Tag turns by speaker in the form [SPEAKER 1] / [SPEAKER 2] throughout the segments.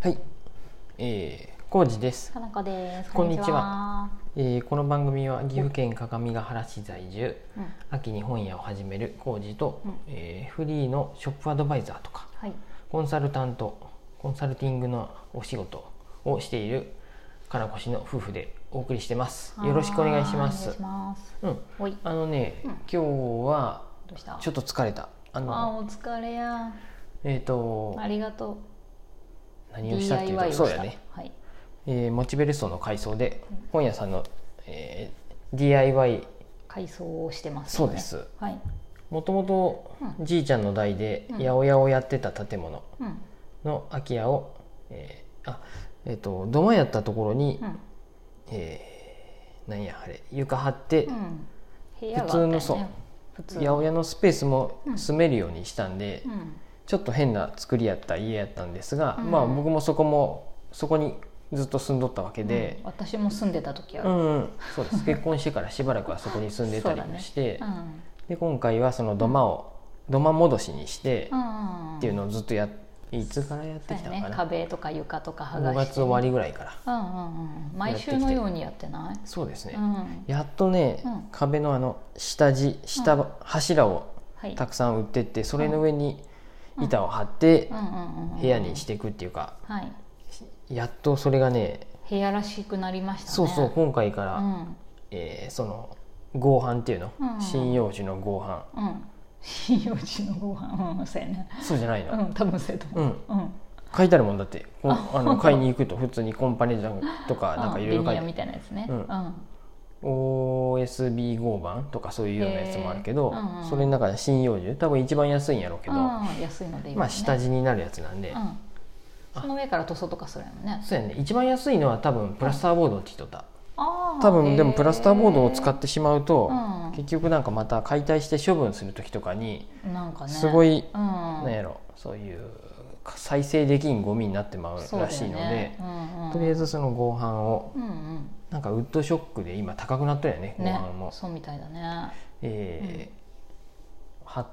[SPEAKER 1] はい、えー、浩二です、
[SPEAKER 2] かなこです。
[SPEAKER 1] こんにちはえーこの番組は岐阜県各務原市在住
[SPEAKER 2] こんにちは。
[SPEAKER 1] 秋に本屋を始める浩二と、
[SPEAKER 2] うん
[SPEAKER 1] えーフリーのショップアドバイザーとか
[SPEAKER 2] うん、はい。
[SPEAKER 1] コンサルタントコンサルティングのお仕事をしている金子氏の夫婦でお送りしてますよろしくお願いします
[SPEAKER 2] お願いします。
[SPEAKER 1] うん、
[SPEAKER 2] おい、
[SPEAKER 1] あのね、
[SPEAKER 2] うん
[SPEAKER 1] 今日は
[SPEAKER 2] どうした。あ
[SPEAKER 1] ちょっと疲れたあ
[SPEAKER 2] ー、
[SPEAKER 1] の
[SPEAKER 2] お疲れや。
[SPEAKER 1] えっ、と
[SPEAKER 2] ありがとう。
[SPEAKER 1] 何をしたっていう
[SPEAKER 2] DIY を
[SPEAKER 1] と
[SPEAKER 2] した。
[SPEAKER 1] そうやね
[SPEAKER 2] はい。
[SPEAKER 1] えーモチベルソンの改装で
[SPEAKER 2] うん
[SPEAKER 1] 本屋さんの、えー DIY
[SPEAKER 2] 改装をしてます、
[SPEAKER 1] そうで。す
[SPEAKER 2] はい。
[SPEAKER 1] もともと
[SPEAKER 2] う
[SPEAKER 1] じいちゃんの代で
[SPEAKER 2] うん
[SPEAKER 1] 八百屋をやってた建物
[SPEAKER 2] うん。
[SPEAKER 1] の空き家を、えーあえっ、と土間やったところに、
[SPEAKER 2] うん。
[SPEAKER 1] えーなんやあれ床張って、
[SPEAKER 2] うん。部屋があ
[SPEAKER 1] 普
[SPEAKER 2] った
[SPEAKER 1] 通
[SPEAKER 2] よ
[SPEAKER 1] の
[SPEAKER 2] ね
[SPEAKER 1] そう。
[SPEAKER 2] 普通
[SPEAKER 1] 八。百屋のスペースも
[SPEAKER 2] うん
[SPEAKER 1] 住めるようにしたんで、
[SPEAKER 2] うん。
[SPEAKER 1] ちょっと変な作りやった家やったんですが、
[SPEAKER 2] うん
[SPEAKER 1] まあ僕もそこもそこにずっと住んどったわけ
[SPEAKER 2] う
[SPEAKER 1] で
[SPEAKER 2] ん、、私も住んでた時あ
[SPEAKER 1] う
[SPEAKER 2] る。
[SPEAKER 1] んうんそうです結婚してからしばらくはそこに住んでたりも して、
[SPEAKER 2] うん。
[SPEAKER 1] で今回はその土間を土間戻しにして
[SPEAKER 2] うん。
[SPEAKER 1] っていうのをずっとやっいつからやって
[SPEAKER 2] そう
[SPEAKER 1] きた
[SPEAKER 2] や
[SPEAKER 1] の
[SPEAKER 2] ね
[SPEAKER 1] か。な、
[SPEAKER 2] 壁とか床とか剥
[SPEAKER 1] 5
[SPEAKER 2] がして。
[SPEAKER 1] 月終わりぐらいから
[SPEAKER 2] うんうんうん。毎週のようにやってない。
[SPEAKER 1] そうですね
[SPEAKER 2] う、ん。
[SPEAKER 1] やっとね、
[SPEAKER 2] うん
[SPEAKER 1] 壁のあの下地下
[SPEAKER 2] うん
[SPEAKER 1] 柱を
[SPEAKER 2] はい。
[SPEAKER 1] たくさん売ってってそれの上に板を張って
[SPEAKER 2] うんうんうん。
[SPEAKER 1] 部屋にしていくっていうか
[SPEAKER 2] はい、
[SPEAKER 1] やっとそれがね
[SPEAKER 2] 部屋らしくなりましたね。
[SPEAKER 1] そうそう今回から、
[SPEAKER 2] うん、
[SPEAKER 1] えーその合板っていうの、
[SPEAKER 2] うん
[SPEAKER 1] 針葉樹の合板
[SPEAKER 2] うん、信用地のご飯、うん、そうやね。
[SPEAKER 1] そうじゃないの、
[SPEAKER 2] うん、多分そうやと
[SPEAKER 1] う
[SPEAKER 2] 思
[SPEAKER 1] ん
[SPEAKER 2] う。うん、
[SPEAKER 1] 書いてあるもんだってこうあの買いに行くと普通にコンパネジャンとかなんかいろいろ書い
[SPEAKER 2] ベニヤ
[SPEAKER 1] てある
[SPEAKER 2] みたいなやつね。
[SPEAKER 1] うん OSB 合板とかそういうようなやつもあるけど、
[SPEAKER 2] へーうんうん
[SPEAKER 1] それの中で針葉樹多分一番安いんやろうけ
[SPEAKER 2] う
[SPEAKER 1] ど、
[SPEAKER 2] ん、安いのでいいよね。
[SPEAKER 1] まあ下地になるやつなんで、
[SPEAKER 2] うん、その上から塗装とかするやもんね。
[SPEAKER 1] そうやね一番安いのは多分プラスターボードって言っとった、
[SPEAKER 2] ああ、、
[SPEAKER 1] 多分でもプラスターボードを使っててしまうと、
[SPEAKER 2] う
[SPEAKER 1] 結局なんかまた解体して処分する時とかに
[SPEAKER 2] ん、なんかね。
[SPEAKER 1] すご
[SPEAKER 2] い、
[SPEAKER 1] い
[SPEAKER 2] うん、
[SPEAKER 1] なんやろそういう再生できんゴミになってまう
[SPEAKER 2] そうだよ
[SPEAKER 1] ら
[SPEAKER 2] ね
[SPEAKER 1] しいので、
[SPEAKER 2] うんうん、
[SPEAKER 1] とりあえ
[SPEAKER 2] ず、
[SPEAKER 1] ずその合板を
[SPEAKER 2] うんうん、
[SPEAKER 1] なんかウッドショックで今高くなったよね合
[SPEAKER 2] ね
[SPEAKER 1] 板も、、
[SPEAKER 2] そうみたいだね。
[SPEAKER 1] えーは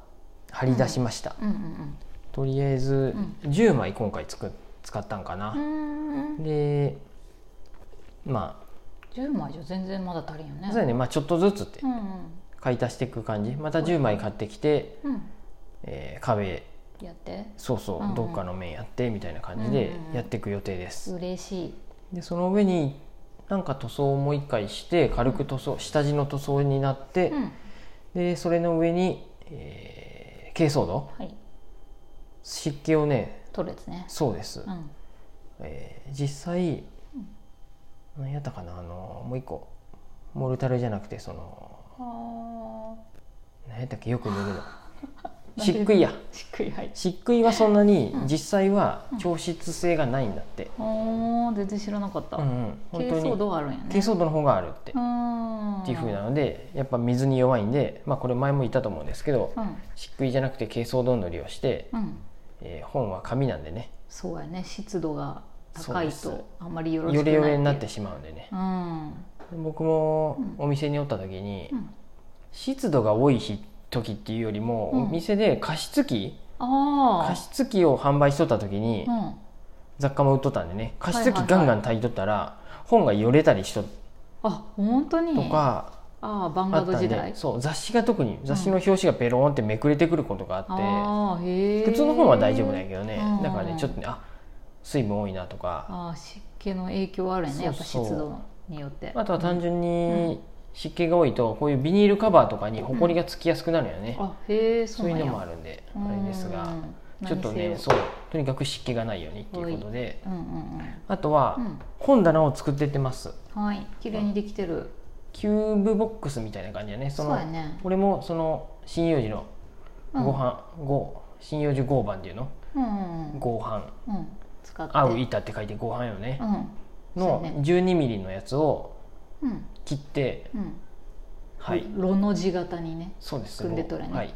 [SPEAKER 1] 張り出しました、
[SPEAKER 2] うんうん
[SPEAKER 1] とりあえず
[SPEAKER 2] う
[SPEAKER 1] 10枚今回つく使ったんか
[SPEAKER 2] う
[SPEAKER 1] な、
[SPEAKER 2] ん。うん、
[SPEAKER 1] でま
[SPEAKER 2] 十枚じゃ全然まだ足りんよ
[SPEAKER 1] あ
[SPEAKER 2] ね。
[SPEAKER 1] そうやね、まあ、ちょっとずつって
[SPEAKER 2] うんうん
[SPEAKER 1] 買い足していく感じまた10枚買ってきて、
[SPEAKER 2] うん、
[SPEAKER 1] えー壁
[SPEAKER 2] やって
[SPEAKER 1] そうそう、
[SPEAKER 2] うんうん
[SPEAKER 1] どっかの面やってみたいな感じでやっていく予定です、
[SPEAKER 2] 嬉しい
[SPEAKER 1] でその上になんか塗装をもう一回して軽く塗装、下地の塗装になって、
[SPEAKER 2] うん
[SPEAKER 1] でそれの上に、えー、珪藻土
[SPEAKER 2] はい
[SPEAKER 1] 湿気をね
[SPEAKER 2] 取るやつね
[SPEAKER 1] そうです、
[SPEAKER 2] うん
[SPEAKER 1] えー実際、何やったかなあのもう一個モルタルじゃなくてその
[SPEAKER 2] あ
[SPEAKER 1] 何やったっけよく塗る の
[SPEAKER 2] ー
[SPEAKER 1] 漆喰や
[SPEAKER 2] しっくりはい
[SPEAKER 1] 漆喰はそんなに
[SPEAKER 2] うん
[SPEAKER 1] 実際は調湿性がないんだって、
[SPEAKER 2] おー全然知らなかった、
[SPEAKER 1] うんうん、本当
[SPEAKER 2] 珪藻
[SPEAKER 1] に
[SPEAKER 2] 土あるんやね
[SPEAKER 1] 珪藻土の方があるって
[SPEAKER 2] うん
[SPEAKER 1] っていう風なのでやっぱ水に弱いんで、まあ、これ前も言ったと思うんですけど
[SPEAKER 2] うん
[SPEAKER 1] 漆喰じゃなくて珪藻土のりをして、
[SPEAKER 2] うん
[SPEAKER 1] えー本は紙なんでね
[SPEAKER 2] そうやね湿度が高い
[SPEAKER 1] そうです
[SPEAKER 2] とあんまりよろし
[SPEAKER 1] よ
[SPEAKER 2] くな
[SPEAKER 1] れ
[SPEAKER 2] い
[SPEAKER 1] よれになって
[SPEAKER 2] いう
[SPEAKER 1] しまうんでね
[SPEAKER 2] うん
[SPEAKER 1] 僕も
[SPEAKER 2] う
[SPEAKER 1] お店におった時に、
[SPEAKER 2] うん
[SPEAKER 1] 湿度が多い日時っていうよりも、
[SPEAKER 2] うん
[SPEAKER 1] お店で加湿器
[SPEAKER 2] あ
[SPEAKER 1] 加湿器を販売しとった時に、
[SPEAKER 2] あうん
[SPEAKER 1] 雑貨も売っとったんでね加湿器
[SPEAKER 2] はいはいはい
[SPEAKER 1] ガンガン炊いとったら、本がよれたりしとっ
[SPEAKER 2] あ本当に
[SPEAKER 1] とか
[SPEAKER 2] ああバン
[SPEAKER 1] あ
[SPEAKER 2] ガ
[SPEAKER 1] っ
[SPEAKER 2] ード
[SPEAKER 1] たん
[SPEAKER 2] 時
[SPEAKER 1] で、
[SPEAKER 2] 代
[SPEAKER 1] そう雑誌が特に雑誌の表紙がペローンってめくれてくることがあって。
[SPEAKER 2] ああへえ
[SPEAKER 1] 普通の本は大丈夫だけどね、
[SPEAKER 2] うん
[SPEAKER 1] だからねちょっとねあ水分多いなとか
[SPEAKER 2] ああ湿気の影響あるよねやっぱ
[SPEAKER 1] そう
[SPEAKER 2] 湿
[SPEAKER 1] そう
[SPEAKER 2] 度によって
[SPEAKER 1] あとは単純
[SPEAKER 2] う
[SPEAKER 1] に湿気が多いとこういうビニールカバーとかにホコリがつきやすくなるよね、
[SPEAKER 2] あへえそ
[SPEAKER 1] そう
[SPEAKER 2] う
[SPEAKER 1] い
[SPEAKER 2] な
[SPEAKER 1] うんの
[SPEAKER 2] や
[SPEAKER 1] もあるんであれですが
[SPEAKER 2] うん
[SPEAKER 1] ちょっとね
[SPEAKER 2] 何せ
[SPEAKER 1] そうとにかく湿気がないようにっていうことで
[SPEAKER 2] うんうん
[SPEAKER 1] あとは
[SPEAKER 2] うん
[SPEAKER 1] 本棚を作ってってます
[SPEAKER 2] うんはい綺麗にできてる
[SPEAKER 1] キューブボックスみたいな感じだねそ
[SPEAKER 2] そう
[SPEAKER 1] の
[SPEAKER 2] やね
[SPEAKER 1] これもその針葉樹の
[SPEAKER 2] うん
[SPEAKER 1] ご飯、ご針葉樹合板っていうの
[SPEAKER 2] うんうんうん
[SPEAKER 1] 合板
[SPEAKER 2] うん使って
[SPEAKER 1] 合う板って書いて合板よね
[SPEAKER 2] う、ん
[SPEAKER 1] の
[SPEAKER 2] そうね
[SPEAKER 1] 1 2ミリのやつを
[SPEAKER 2] うん
[SPEAKER 1] 切って
[SPEAKER 2] うん
[SPEAKER 1] はい、
[SPEAKER 2] ロの字型にね
[SPEAKER 1] そうです
[SPEAKER 2] 組んでとるね
[SPEAKER 1] はい、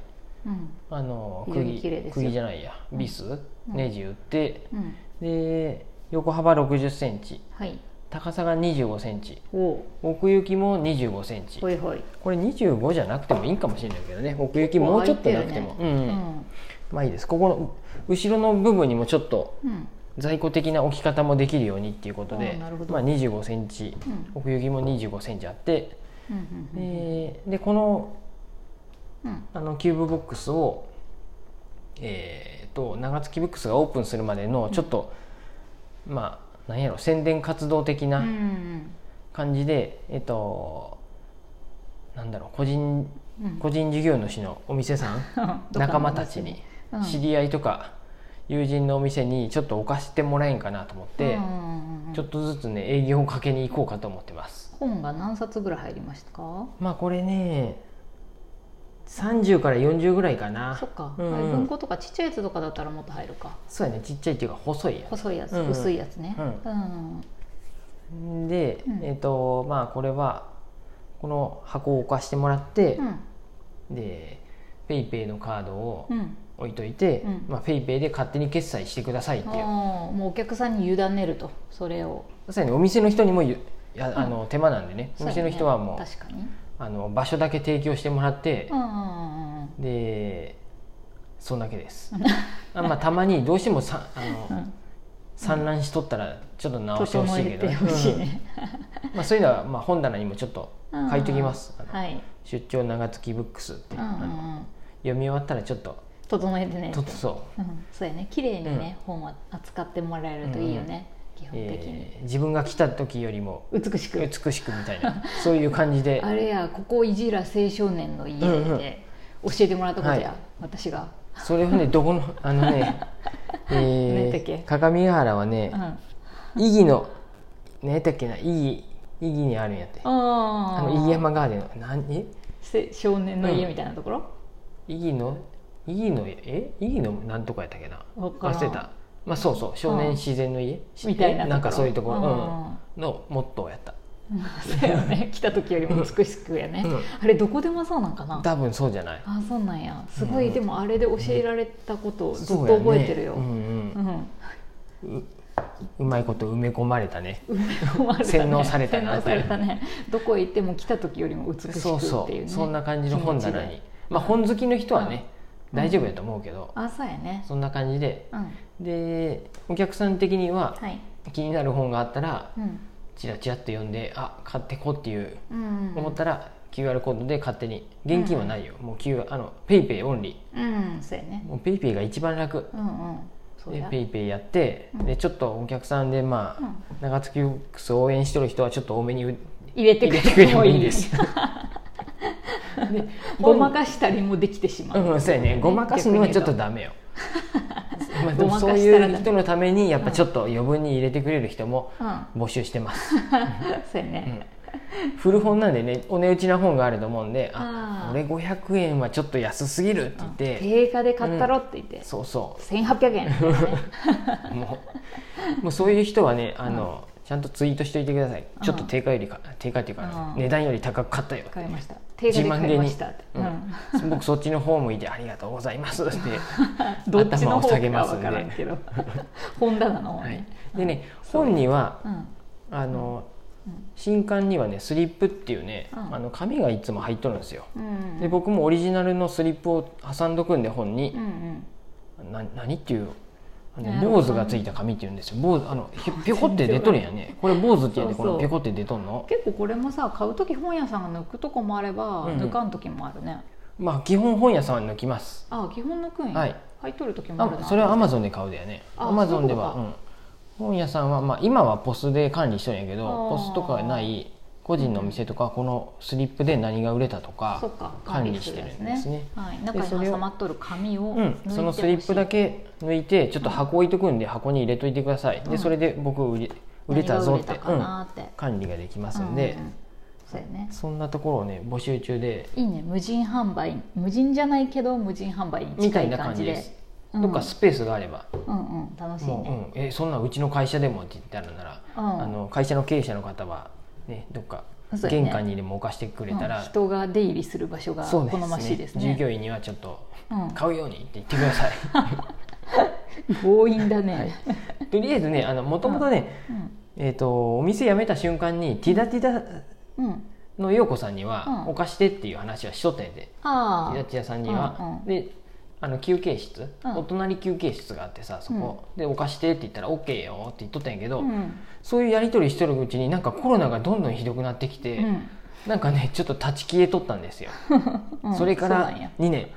[SPEAKER 2] うん
[SPEAKER 1] あの
[SPEAKER 2] 非常に
[SPEAKER 1] 釘
[SPEAKER 2] 綺麗ですよ
[SPEAKER 1] 釘じゃないやビス、
[SPEAKER 2] うん
[SPEAKER 1] ネジ打って
[SPEAKER 2] うん
[SPEAKER 1] で横幅6 0センチ
[SPEAKER 2] はい
[SPEAKER 1] 高さが2 5センチ
[SPEAKER 2] おう
[SPEAKER 1] 奥行きも2 5センチ
[SPEAKER 2] ほいほい
[SPEAKER 1] これ25じゃなくてもいいかもしれないけどね奥行きもうちょっとなくても
[SPEAKER 2] 結構
[SPEAKER 1] うん
[SPEAKER 2] う
[SPEAKER 1] うん
[SPEAKER 2] ん
[SPEAKER 1] まあいいですここの後ろの部分にもちょっと
[SPEAKER 2] うん
[SPEAKER 1] 在庫的な置き方もできるようにっていうこと
[SPEAKER 2] あ
[SPEAKER 1] で
[SPEAKER 2] ーなるほど
[SPEAKER 1] まあ、2 5ンチ
[SPEAKER 2] うん
[SPEAKER 1] 奥行きも2 5ンチあって
[SPEAKER 2] うんうんうん
[SPEAKER 1] ででこの
[SPEAKER 2] うん
[SPEAKER 1] あのキューブボックスを、えー、と長月ブックスがオープンするまでのちょっと、まあなんやろ宣伝活動的
[SPEAKER 2] うんう
[SPEAKER 1] なん感じで、えっとなんだろう個人
[SPEAKER 2] うん
[SPEAKER 1] 個人事業主のお店さん
[SPEAKER 2] どっかのお店
[SPEAKER 1] 仲間たちに
[SPEAKER 2] うん
[SPEAKER 1] 知り合いとか友人のお店にちょっと置かしてもらえんかなと思って、ちょっ
[SPEAKER 2] と
[SPEAKER 1] とずつね営業をかけに行こうかと思ってます
[SPEAKER 2] 本が何冊ぐらい入りましたか
[SPEAKER 1] まあこれね30から40ぐらいかな
[SPEAKER 2] そっか、
[SPEAKER 1] うんうん
[SPEAKER 2] あれ文庫とかちっちゃいやつとかだったらもっと入るか
[SPEAKER 1] そうやねちっちゃいっていうか細いや
[SPEAKER 2] 細いやつ、
[SPEAKER 1] うんうん
[SPEAKER 2] 薄いやつね
[SPEAKER 1] う
[SPEAKER 2] うん
[SPEAKER 1] んで、
[SPEAKER 2] うん
[SPEAKER 1] えっ、とまあこれはこの箱を置かしてもらって
[SPEAKER 2] う、ん
[SPEAKER 1] でペイペイのカードを
[SPEAKER 2] うん
[SPEAKER 1] 置いといて、
[SPEAKER 2] うん
[SPEAKER 1] まあ、ペイペイで勝手に決済してくださいっていう
[SPEAKER 2] あーもうお客さんに委ねるとそれを
[SPEAKER 1] さらにお店の人にもゆやあの手間なんでね、お店の人はもう
[SPEAKER 2] そうやね確かに
[SPEAKER 1] あの場所だけ提供してもらって
[SPEAKER 2] う、んうんうん
[SPEAKER 1] でそんだけですあまあたまにどうしてもさあの、
[SPEAKER 2] うん
[SPEAKER 1] 散乱しとったらちょっと直してほ
[SPEAKER 2] 整
[SPEAKER 1] しい
[SPEAKER 2] え
[SPEAKER 1] けど、
[SPEAKER 2] てほしいね、
[SPEAKER 1] うんまあ、そういうのは、まあ、本棚にもちょっと
[SPEAKER 2] うん
[SPEAKER 1] 書いときます、あの
[SPEAKER 2] はい、
[SPEAKER 1] 出張長月ブックスって、
[SPEAKER 2] うんう
[SPEAKER 1] あの
[SPEAKER 2] んうん、
[SPEAKER 1] 読み終わったらちょっと
[SPEAKER 2] 整えてね
[SPEAKER 1] とっとそ
[SPEAKER 2] うん、そうやね綺麗にね、本は扱ってもらえるといいよね、基
[SPEAKER 1] う、
[SPEAKER 2] 本的に、
[SPEAKER 1] えー自分が来た時よりも
[SPEAKER 2] 美しく
[SPEAKER 1] 美しくみたいなそういう感じで
[SPEAKER 2] あれやここいじら青少年の家で、
[SPEAKER 1] うんうん
[SPEAKER 2] 教えてもらったことや、
[SPEAKER 1] はい
[SPEAKER 2] 私が、
[SPEAKER 1] それは ねどこのあのね、えー
[SPEAKER 2] 何だっけ
[SPEAKER 1] 鏡ヶ原はね
[SPEAKER 2] うん、あ
[SPEAKER 1] 意義の何やったっけな意義意義にあるんやってあ
[SPEAKER 2] あ
[SPEAKER 1] の飯山ガーデンの何
[SPEAKER 2] せ少年の家みたいなところ、
[SPEAKER 1] 意義の意義のえ意義のなんとかやったっけな
[SPEAKER 2] わからん
[SPEAKER 1] 忘れたまあそうそう少年自然の家、
[SPEAKER 2] みたいなところ
[SPEAKER 1] なんかそういうところ、うん
[SPEAKER 2] うん
[SPEAKER 1] のモットーやった
[SPEAKER 2] そうやね来た時よりも美しくやね、
[SPEAKER 1] うん
[SPEAKER 2] あれどこでもそうなんかな
[SPEAKER 1] 多分そうじゃない
[SPEAKER 2] あそうなんやすごい、
[SPEAKER 1] うん
[SPEAKER 2] でもあれで教えられたことをずっ
[SPEAKER 1] そう
[SPEAKER 2] と
[SPEAKER 1] やね
[SPEAKER 2] 覚えてるよ、
[SPEAKER 1] うんうん
[SPEAKER 2] うん
[SPEAKER 1] うまいこと埋め込まれたね
[SPEAKER 2] 埋め込まれたね
[SPEAKER 1] 洗脳されたな
[SPEAKER 2] 洗脳されたねどこへ行っても来た時よりも美しくっていうね
[SPEAKER 1] そうそうそんな感じの本棚
[SPEAKER 2] 気持ち
[SPEAKER 1] に
[SPEAKER 2] で
[SPEAKER 1] まあ本好きの人はね、
[SPEAKER 2] うん
[SPEAKER 1] 大丈夫やと思うけど、
[SPEAKER 2] あそうやね
[SPEAKER 1] そんな感じで
[SPEAKER 2] うん
[SPEAKER 1] でお客さん的には
[SPEAKER 2] はい
[SPEAKER 1] 気になる本があったら
[SPEAKER 2] うん
[SPEAKER 1] チラチラっと読んであ買ってこうっていう
[SPEAKER 2] うん
[SPEAKER 1] 思ったら QR コードで勝手に現金はないよ、もう Q あのペイペイオンリ
[SPEAKER 2] うんそうやね
[SPEAKER 1] ーもうペイペイが一番楽
[SPEAKER 2] うんうんそう
[SPEAKER 1] で
[SPEAKER 2] や
[SPEAKER 1] ペイペイやって、
[SPEAKER 2] うん
[SPEAKER 1] でちょっとお客さんでまあ、
[SPEAKER 2] うん
[SPEAKER 1] 長月ブックスを応援してる人はちょっと多めにう
[SPEAKER 2] 入れて
[SPEAKER 1] 入れ
[SPEAKER 2] く
[SPEAKER 1] てくれ
[SPEAKER 2] れ
[SPEAKER 1] て
[SPEAKER 2] て
[SPEAKER 1] も
[SPEAKER 2] も
[SPEAKER 1] い
[SPEAKER 2] い
[SPEAKER 1] い
[SPEAKER 2] い
[SPEAKER 1] で
[SPEAKER 2] ですす
[SPEAKER 1] よで
[SPEAKER 2] ごまかしたりもできてしま
[SPEAKER 1] う、
[SPEAKER 2] うん
[SPEAKER 1] そうやねごまかすのはちょっとダメ よまあで
[SPEAKER 2] ご
[SPEAKER 1] も
[SPEAKER 2] まかしたらダ
[SPEAKER 1] そう
[SPEAKER 2] メ
[SPEAKER 1] いう人のためにやっぱちょっと余分に入れてくれる人も
[SPEAKER 2] うん
[SPEAKER 1] 募集してます
[SPEAKER 2] そうやね
[SPEAKER 1] 古本なんでねお値打ちな本があると思うんで「あ
[SPEAKER 2] あー
[SPEAKER 1] 俺500円はちょっと安すぎる」って言って、
[SPEAKER 2] 定価で買ったろって言って
[SPEAKER 1] そうそ
[SPEAKER 2] 1800円 だよね
[SPEAKER 1] うもうもうそういう人はねあの、ちゃんとツイートしておいてください、
[SPEAKER 2] うん
[SPEAKER 1] ちょっと定価よりか定価っていうか、
[SPEAKER 2] うん
[SPEAKER 1] 値段より高く買ったよ
[SPEAKER 2] 買いました定価で買いましたって
[SPEAKER 1] う
[SPEAKER 2] うん
[SPEAKER 1] ん僕そっちの方向いてありがとうございます って
[SPEAKER 2] どっち
[SPEAKER 1] 頭
[SPEAKER 2] の
[SPEAKER 1] を
[SPEAKER 2] 方か
[SPEAKER 1] 下げます
[SPEAKER 2] 分
[SPEAKER 1] ん
[SPEAKER 2] からん
[SPEAKER 1] で、
[SPEAKER 2] けど本棚の方
[SPEAKER 1] はい
[SPEAKER 2] ね、
[SPEAKER 1] でね本には
[SPEAKER 2] うん
[SPEAKER 1] あの、
[SPEAKER 2] うん
[SPEAKER 1] 新刊にはねスリップっていうね、
[SPEAKER 2] うん
[SPEAKER 1] あの紙がいつも入っとるんですよ
[SPEAKER 2] うん
[SPEAKER 1] で僕もオリジナルのスリップを挟んどくんで本に
[SPEAKER 2] うんうん
[SPEAKER 1] な何っていうあの
[SPEAKER 2] なるほど
[SPEAKER 1] 坊主がついた紙って言うんですよ坊主あのひぴょこって出とるんやねこれ坊主って言うんで
[SPEAKER 2] そ
[SPEAKER 1] こ
[SPEAKER 2] うそう
[SPEAKER 1] のぴょこって出とんの
[SPEAKER 2] 結構これもさ買う時本屋さんが抜くとこもあれば
[SPEAKER 1] うんうん
[SPEAKER 2] 抜かん時もあるね
[SPEAKER 1] まあ基本本屋さんは抜きます
[SPEAKER 2] あ基本抜くんや
[SPEAKER 1] はい
[SPEAKER 2] 入っとる時もある
[SPEAKER 1] あ
[SPEAKER 2] な
[SPEAKER 1] それはアマゾンで買うだよね
[SPEAKER 2] あ
[SPEAKER 1] アマゾンで
[SPEAKER 2] そういう
[SPEAKER 1] は
[SPEAKER 2] こと
[SPEAKER 1] うん本屋さんは、まあ、今はポスで管理しとるんやけど
[SPEAKER 2] あー
[SPEAKER 1] ポスとかない個人のお店とかこのスリップで何が売れたと
[SPEAKER 2] そ
[SPEAKER 1] か
[SPEAKER 2] っか
[SPEAKER 1] 管理してるんですね
[SPEAKER 2] はい、中に
[SPEAKER 1] それを
[SPEAKER 2] 挟まっとる紙を
[SPEAKER 1] う
[SPEAKER 2] 抜い
[SPEAKER 1] ん
[SPEAKER 2] て、ほしい
[SPEAKER 1] そのスリップだけ抜いてちょっと箱置いとくんで箱に入れといてください、
[SPEAKER 2] う
[SPEAKER 1] で
[SPEAKER 2] ん
[SPEAKER 1] それで僕売れ売れたぞって
[SPEAKER 2] 何が売れたかなって、
[SPEAKER 1] うん管理ができます
[SPEAKER 2] うん
[SPEAKER 1] で、
[SPEAKER 2] うんそうやね
[SPEAKER 1] そんなところをね募集中で
[SPEAKER 2] いいね無人販売無人じゃないけど無人販売に
[SPEAKER 1] みた
[SPEAKER 2] 近
[SPEAKER 1] い
[SPEAKER 2] い
[SPEAKER 1] な感
[SPEAKER 2] 感
[SPEAKER 1] じ
[SPEAKER 2] じで
[SPEAKER 1] です、
[SPEAKER 2] うん
[SPEAKER 1] どっかスペースがあれば、
[SPEAKER 2] うんうん楽しい
[SPEAKER 1] もう、う
[SPEAKER 2] ね
[SPEAKER 1] ん、えそんなんうちの会社でもって言ったらなら、
[SPEAKER 2] うん
[SPEAKER 1] あの会社の経営者の方は、ね、どっか
[SPEAKER 2] そうやね
[SPEAKER 1] 玄関にでも置かしてくれたら、
[SPEAKER 2] うん人が出入りする場所が
[SPEAKER 1] そうです
[SPEAKER 2] 好ましいですね
[SPEAKER 1] 従業員にはちょっと
[SPEAKER 2] うん
[SPEAKER 1] 買うようにって言ってくだ さい
[SPEAKER 2] 強引だね、
[SPEAKER 1] とりあえずねあのもともとね、えー、とお店辞めた瞬間にティダティダ
[SPEAKER 2] うん、うん、
[SPEAKER 1] の陽子さんには
[SPEAKER 2] うん
[SPEAKER 1] お貸してっていう話はしとったんやで、
[SPEAKER 2] あ
[SPEAKER 1] ティダ
[SPEAKER 2] あ
[SPEAKER 1] ティダさんには、
[SPEAKER 2] うんうん
[SPEAKER 1] であの休憩室、
[SPEAKER 2] うん
[SPEAKER 1] お隣休憩室があってさそこ、で「お貸して」って言ったら「OK よ」って言っとったんやけど、
[SPEAKER 2] うん
[SPEAKER 1] そういうやり取りしてるうちになんかコロナがどんどんひどくなってきて、なんかねちょっと立ち消えとったんですよ、
[SPEAKER 2] うんうん
[SPEAKER 1] それか
[SPEAKER 2] う
[SPEAKER 1] ら
[SPEAKER 2] なんや
[SPEAKER 1] 2年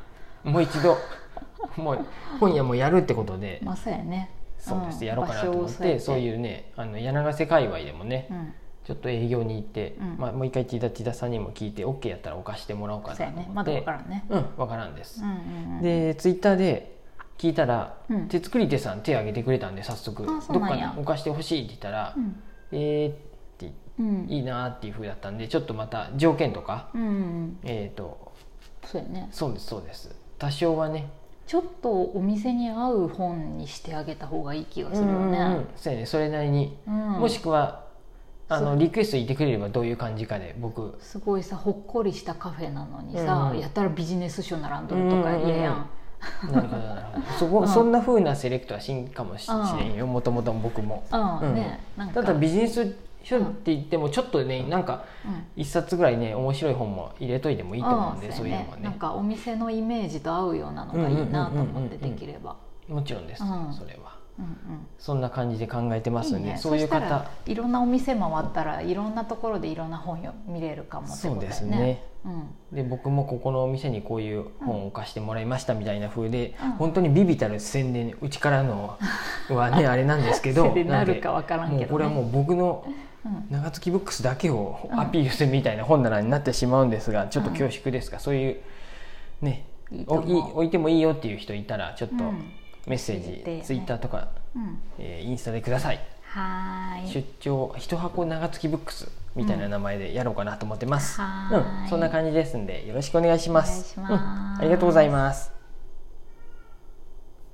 [SPEAKER 1] もう一度 もう今夜もやるってことで、
[SPEAKER 2] まあそうやね
[SPEAKER 1] そうです、
[SPEAKER 2] ん
[SPEAKER 1] やろうかなと思っ
[SPEAKER 2] 場所を抑え
[SPEAKER 1] てそういうねあの柳ヶ瀬界隈でもね、
[SPEAKER 2] うん
[SPEAKER 1] ちょっと営業に行って、
[SPEAKER 2] うん
[SPEAKER 1] まあ、もう一回千田千田さんにも聞いて OK やったらお貸してもらおうかな
[SPEAKER 2] そ
[SPEAKER 1] と
[SPEAKER 2] う
[SPEAKER 1] 思
[SPEAKER 2] や
[SPEAKER 1] って
[SPEAKER 2] ねまだ分からんね
[SPEAKER 1] うん分からんです
[SPEAKER 2] う、んうんうん
[SPEAKER 1] でツイッターで聞いたら、
[SPEAKER 2] うん
[SPEAKER 1] 手作り手さん手挙げてくれたんで早速
[SPEAKER 2] あそ
[SPEAKER 1] どっ
[SPEAKER 2] うな
[SPEAKER 1] か
[SPEAKER 2] ん
[SPEAKER 1] に
[SPEAKER 2] や
[SPEAKER 1] お貸してほしいって言ったら、
[SPEAKER 2] うん
[SPEAKER 1] えーって
[SPEAKER 2] うん
[SPEAKER 1] いいなーっていうふうだったんでちょっとまた条件とか、
[SPEAKER 2] うんうん
[SPEAKER 1] えっ、と
[SPEAKER 2] そうやね
[SPEAKER 1] そうですそうです多少はね
[SPEAKER 2] ちょっとお店に合う本にしてあげた方がいい気がするよ
[SPEAKER 1] うんうんう
[SPEAKER 2] ね
[SPEAKER 1] んそうやねそれなりに、
[SPEAKER 2] うん
[SPEAKER 1] もしくはあ
[SPEAKER 2] そ
[SPEAKER 1] のリクエストいてくれればどういう感じかで僕
[SPEAKER 2] すごいさほっこりしたカフェなのにさ
[SPEAKER 1] うんうん
[SPEAKER 2] やたらビジネス書並んどるとか嫌やん
[SPEAKER 1] なるほどなる ほどそこ、
[SPEAKER 2] うん
[SPEAKER 1] そんなふうなセレクトはしんかもしし
[SPEAKER 2] うん
[SPEAKER 1] れんよもともと僕も
[SPEAKER 2] うん
[SPEAKER 1] うん
[SPEAKER 2] ねなん
[SPEAKER 1] ただ
[SPEAKER 2] か
[SPEAKER 1] ビジネス書って言ってもちょっとねなんか
[SPEAKER 2] うん
[SPEAKER 1] 一冊ぐらいね面白い本も入れといてもいいと思うんで
[SPEAKER 2] ん
[SPEAKER 1] そういうのも
[SPEAKER 2] なん
[SPEAKER 1] ね
[SPEAKER 2] かお店のイメージと合うようなのがいいなと思って
[SPEAKER 1] うんうんうんうんう
[SPEAKER 2] で
[SPEAKER 1] ん
[SPEAKER 2] きれば、
[SPEAKER 1] もちろんです、
[SPEAKER 2] うん
[SPEAKER 1] それは
[SPEAKER 2] うん
[SPEAKER 1] そんな感じで考えて
[SPEAKER 2] う
[SPEAKER 1] ま
[SPEAKER 2] ん、
[SPEAKER 1] す
[SPEAKER 2] い
[SPEAKER 1] ん
[SPEAKER 2] い
[SPEAKER 1] で、
[SPEAKER 2] ね
[SPEAKER 1] そういう
[SPEAKER 2] したら
[SPEAKER 1] 方
[SPEAKER 2] いろんなお店回ったらいろんなところでいろんな本よ見れるかもって
[SPEAKER 1] そ
[SPEAKER 2] こ
[SPEAKER 1] う
[SPEAKER 2] とだ
[SPEAKER 1] で
[SPEAKER 2] よ
[SPEAKER 1] す
[SPEAKER 2] ね
[SPEAKER 1] ね
[SPEAKER 2] うん
[SPEAKER 1] で僕もここのお店にこういう本を貸してもらいましたみたいな風で、
[SPEAKER 2] うん
[SPEAKER 1] 本当にビビたる宣伝うちからのは ねあれなんですけど
[SPEAKER 2] それでなるかわから
[SPEAKER 1] なん
[SPEAKER 2] ん
[SPEAKER 1] でも
[SPEAKER 2] け
[SPEAKER 1] うこ
[SPEAKER 2] ど、ね、
[SPEAKER 1] れはもう僕の
[SPEAKER 2] うん、
[SPEAKER 1] 長月ブックスだけを
[SPEAKER 2] うん
[SPEAKER 1] アピールするみたいな本棚になってしまうんですがちょっと
[SPEAKER 2] うん
[SPEAKER 1] 恐縮ですが、そういうね
[SPEAKER 2] いいと
[SPEAKER 1] おい
[SPEAKER 2] 思う
[SPEAKER 1] 置いてもいいよっていう人いたらちょっと
[SPEAKER 2] うん
[SPEAKER 1] メッセー
[SPEAKER 2] 入れ
[SPEAKER 1] ジ、
[SPEAKER 2] てね
[SPEAKER 1] ツイッターとか、
[SPEAKER 2] うん、
[SPEAKER 1] えーインスタでください、
[SPEAKER 2] はーい
[SPEAKER 1] 出張一箱長月ブックスみたいな名前でやろうかなと思ってます、
[SPEAKER 2] は
[SPEAKER 1] うん
[SPEAKER 2] ーい
[SPEAKER 1] そんな感じですんでよろしくお願いします
[SPEAKER 2] お願いします
[SPEAKER 1] うんありがとうございます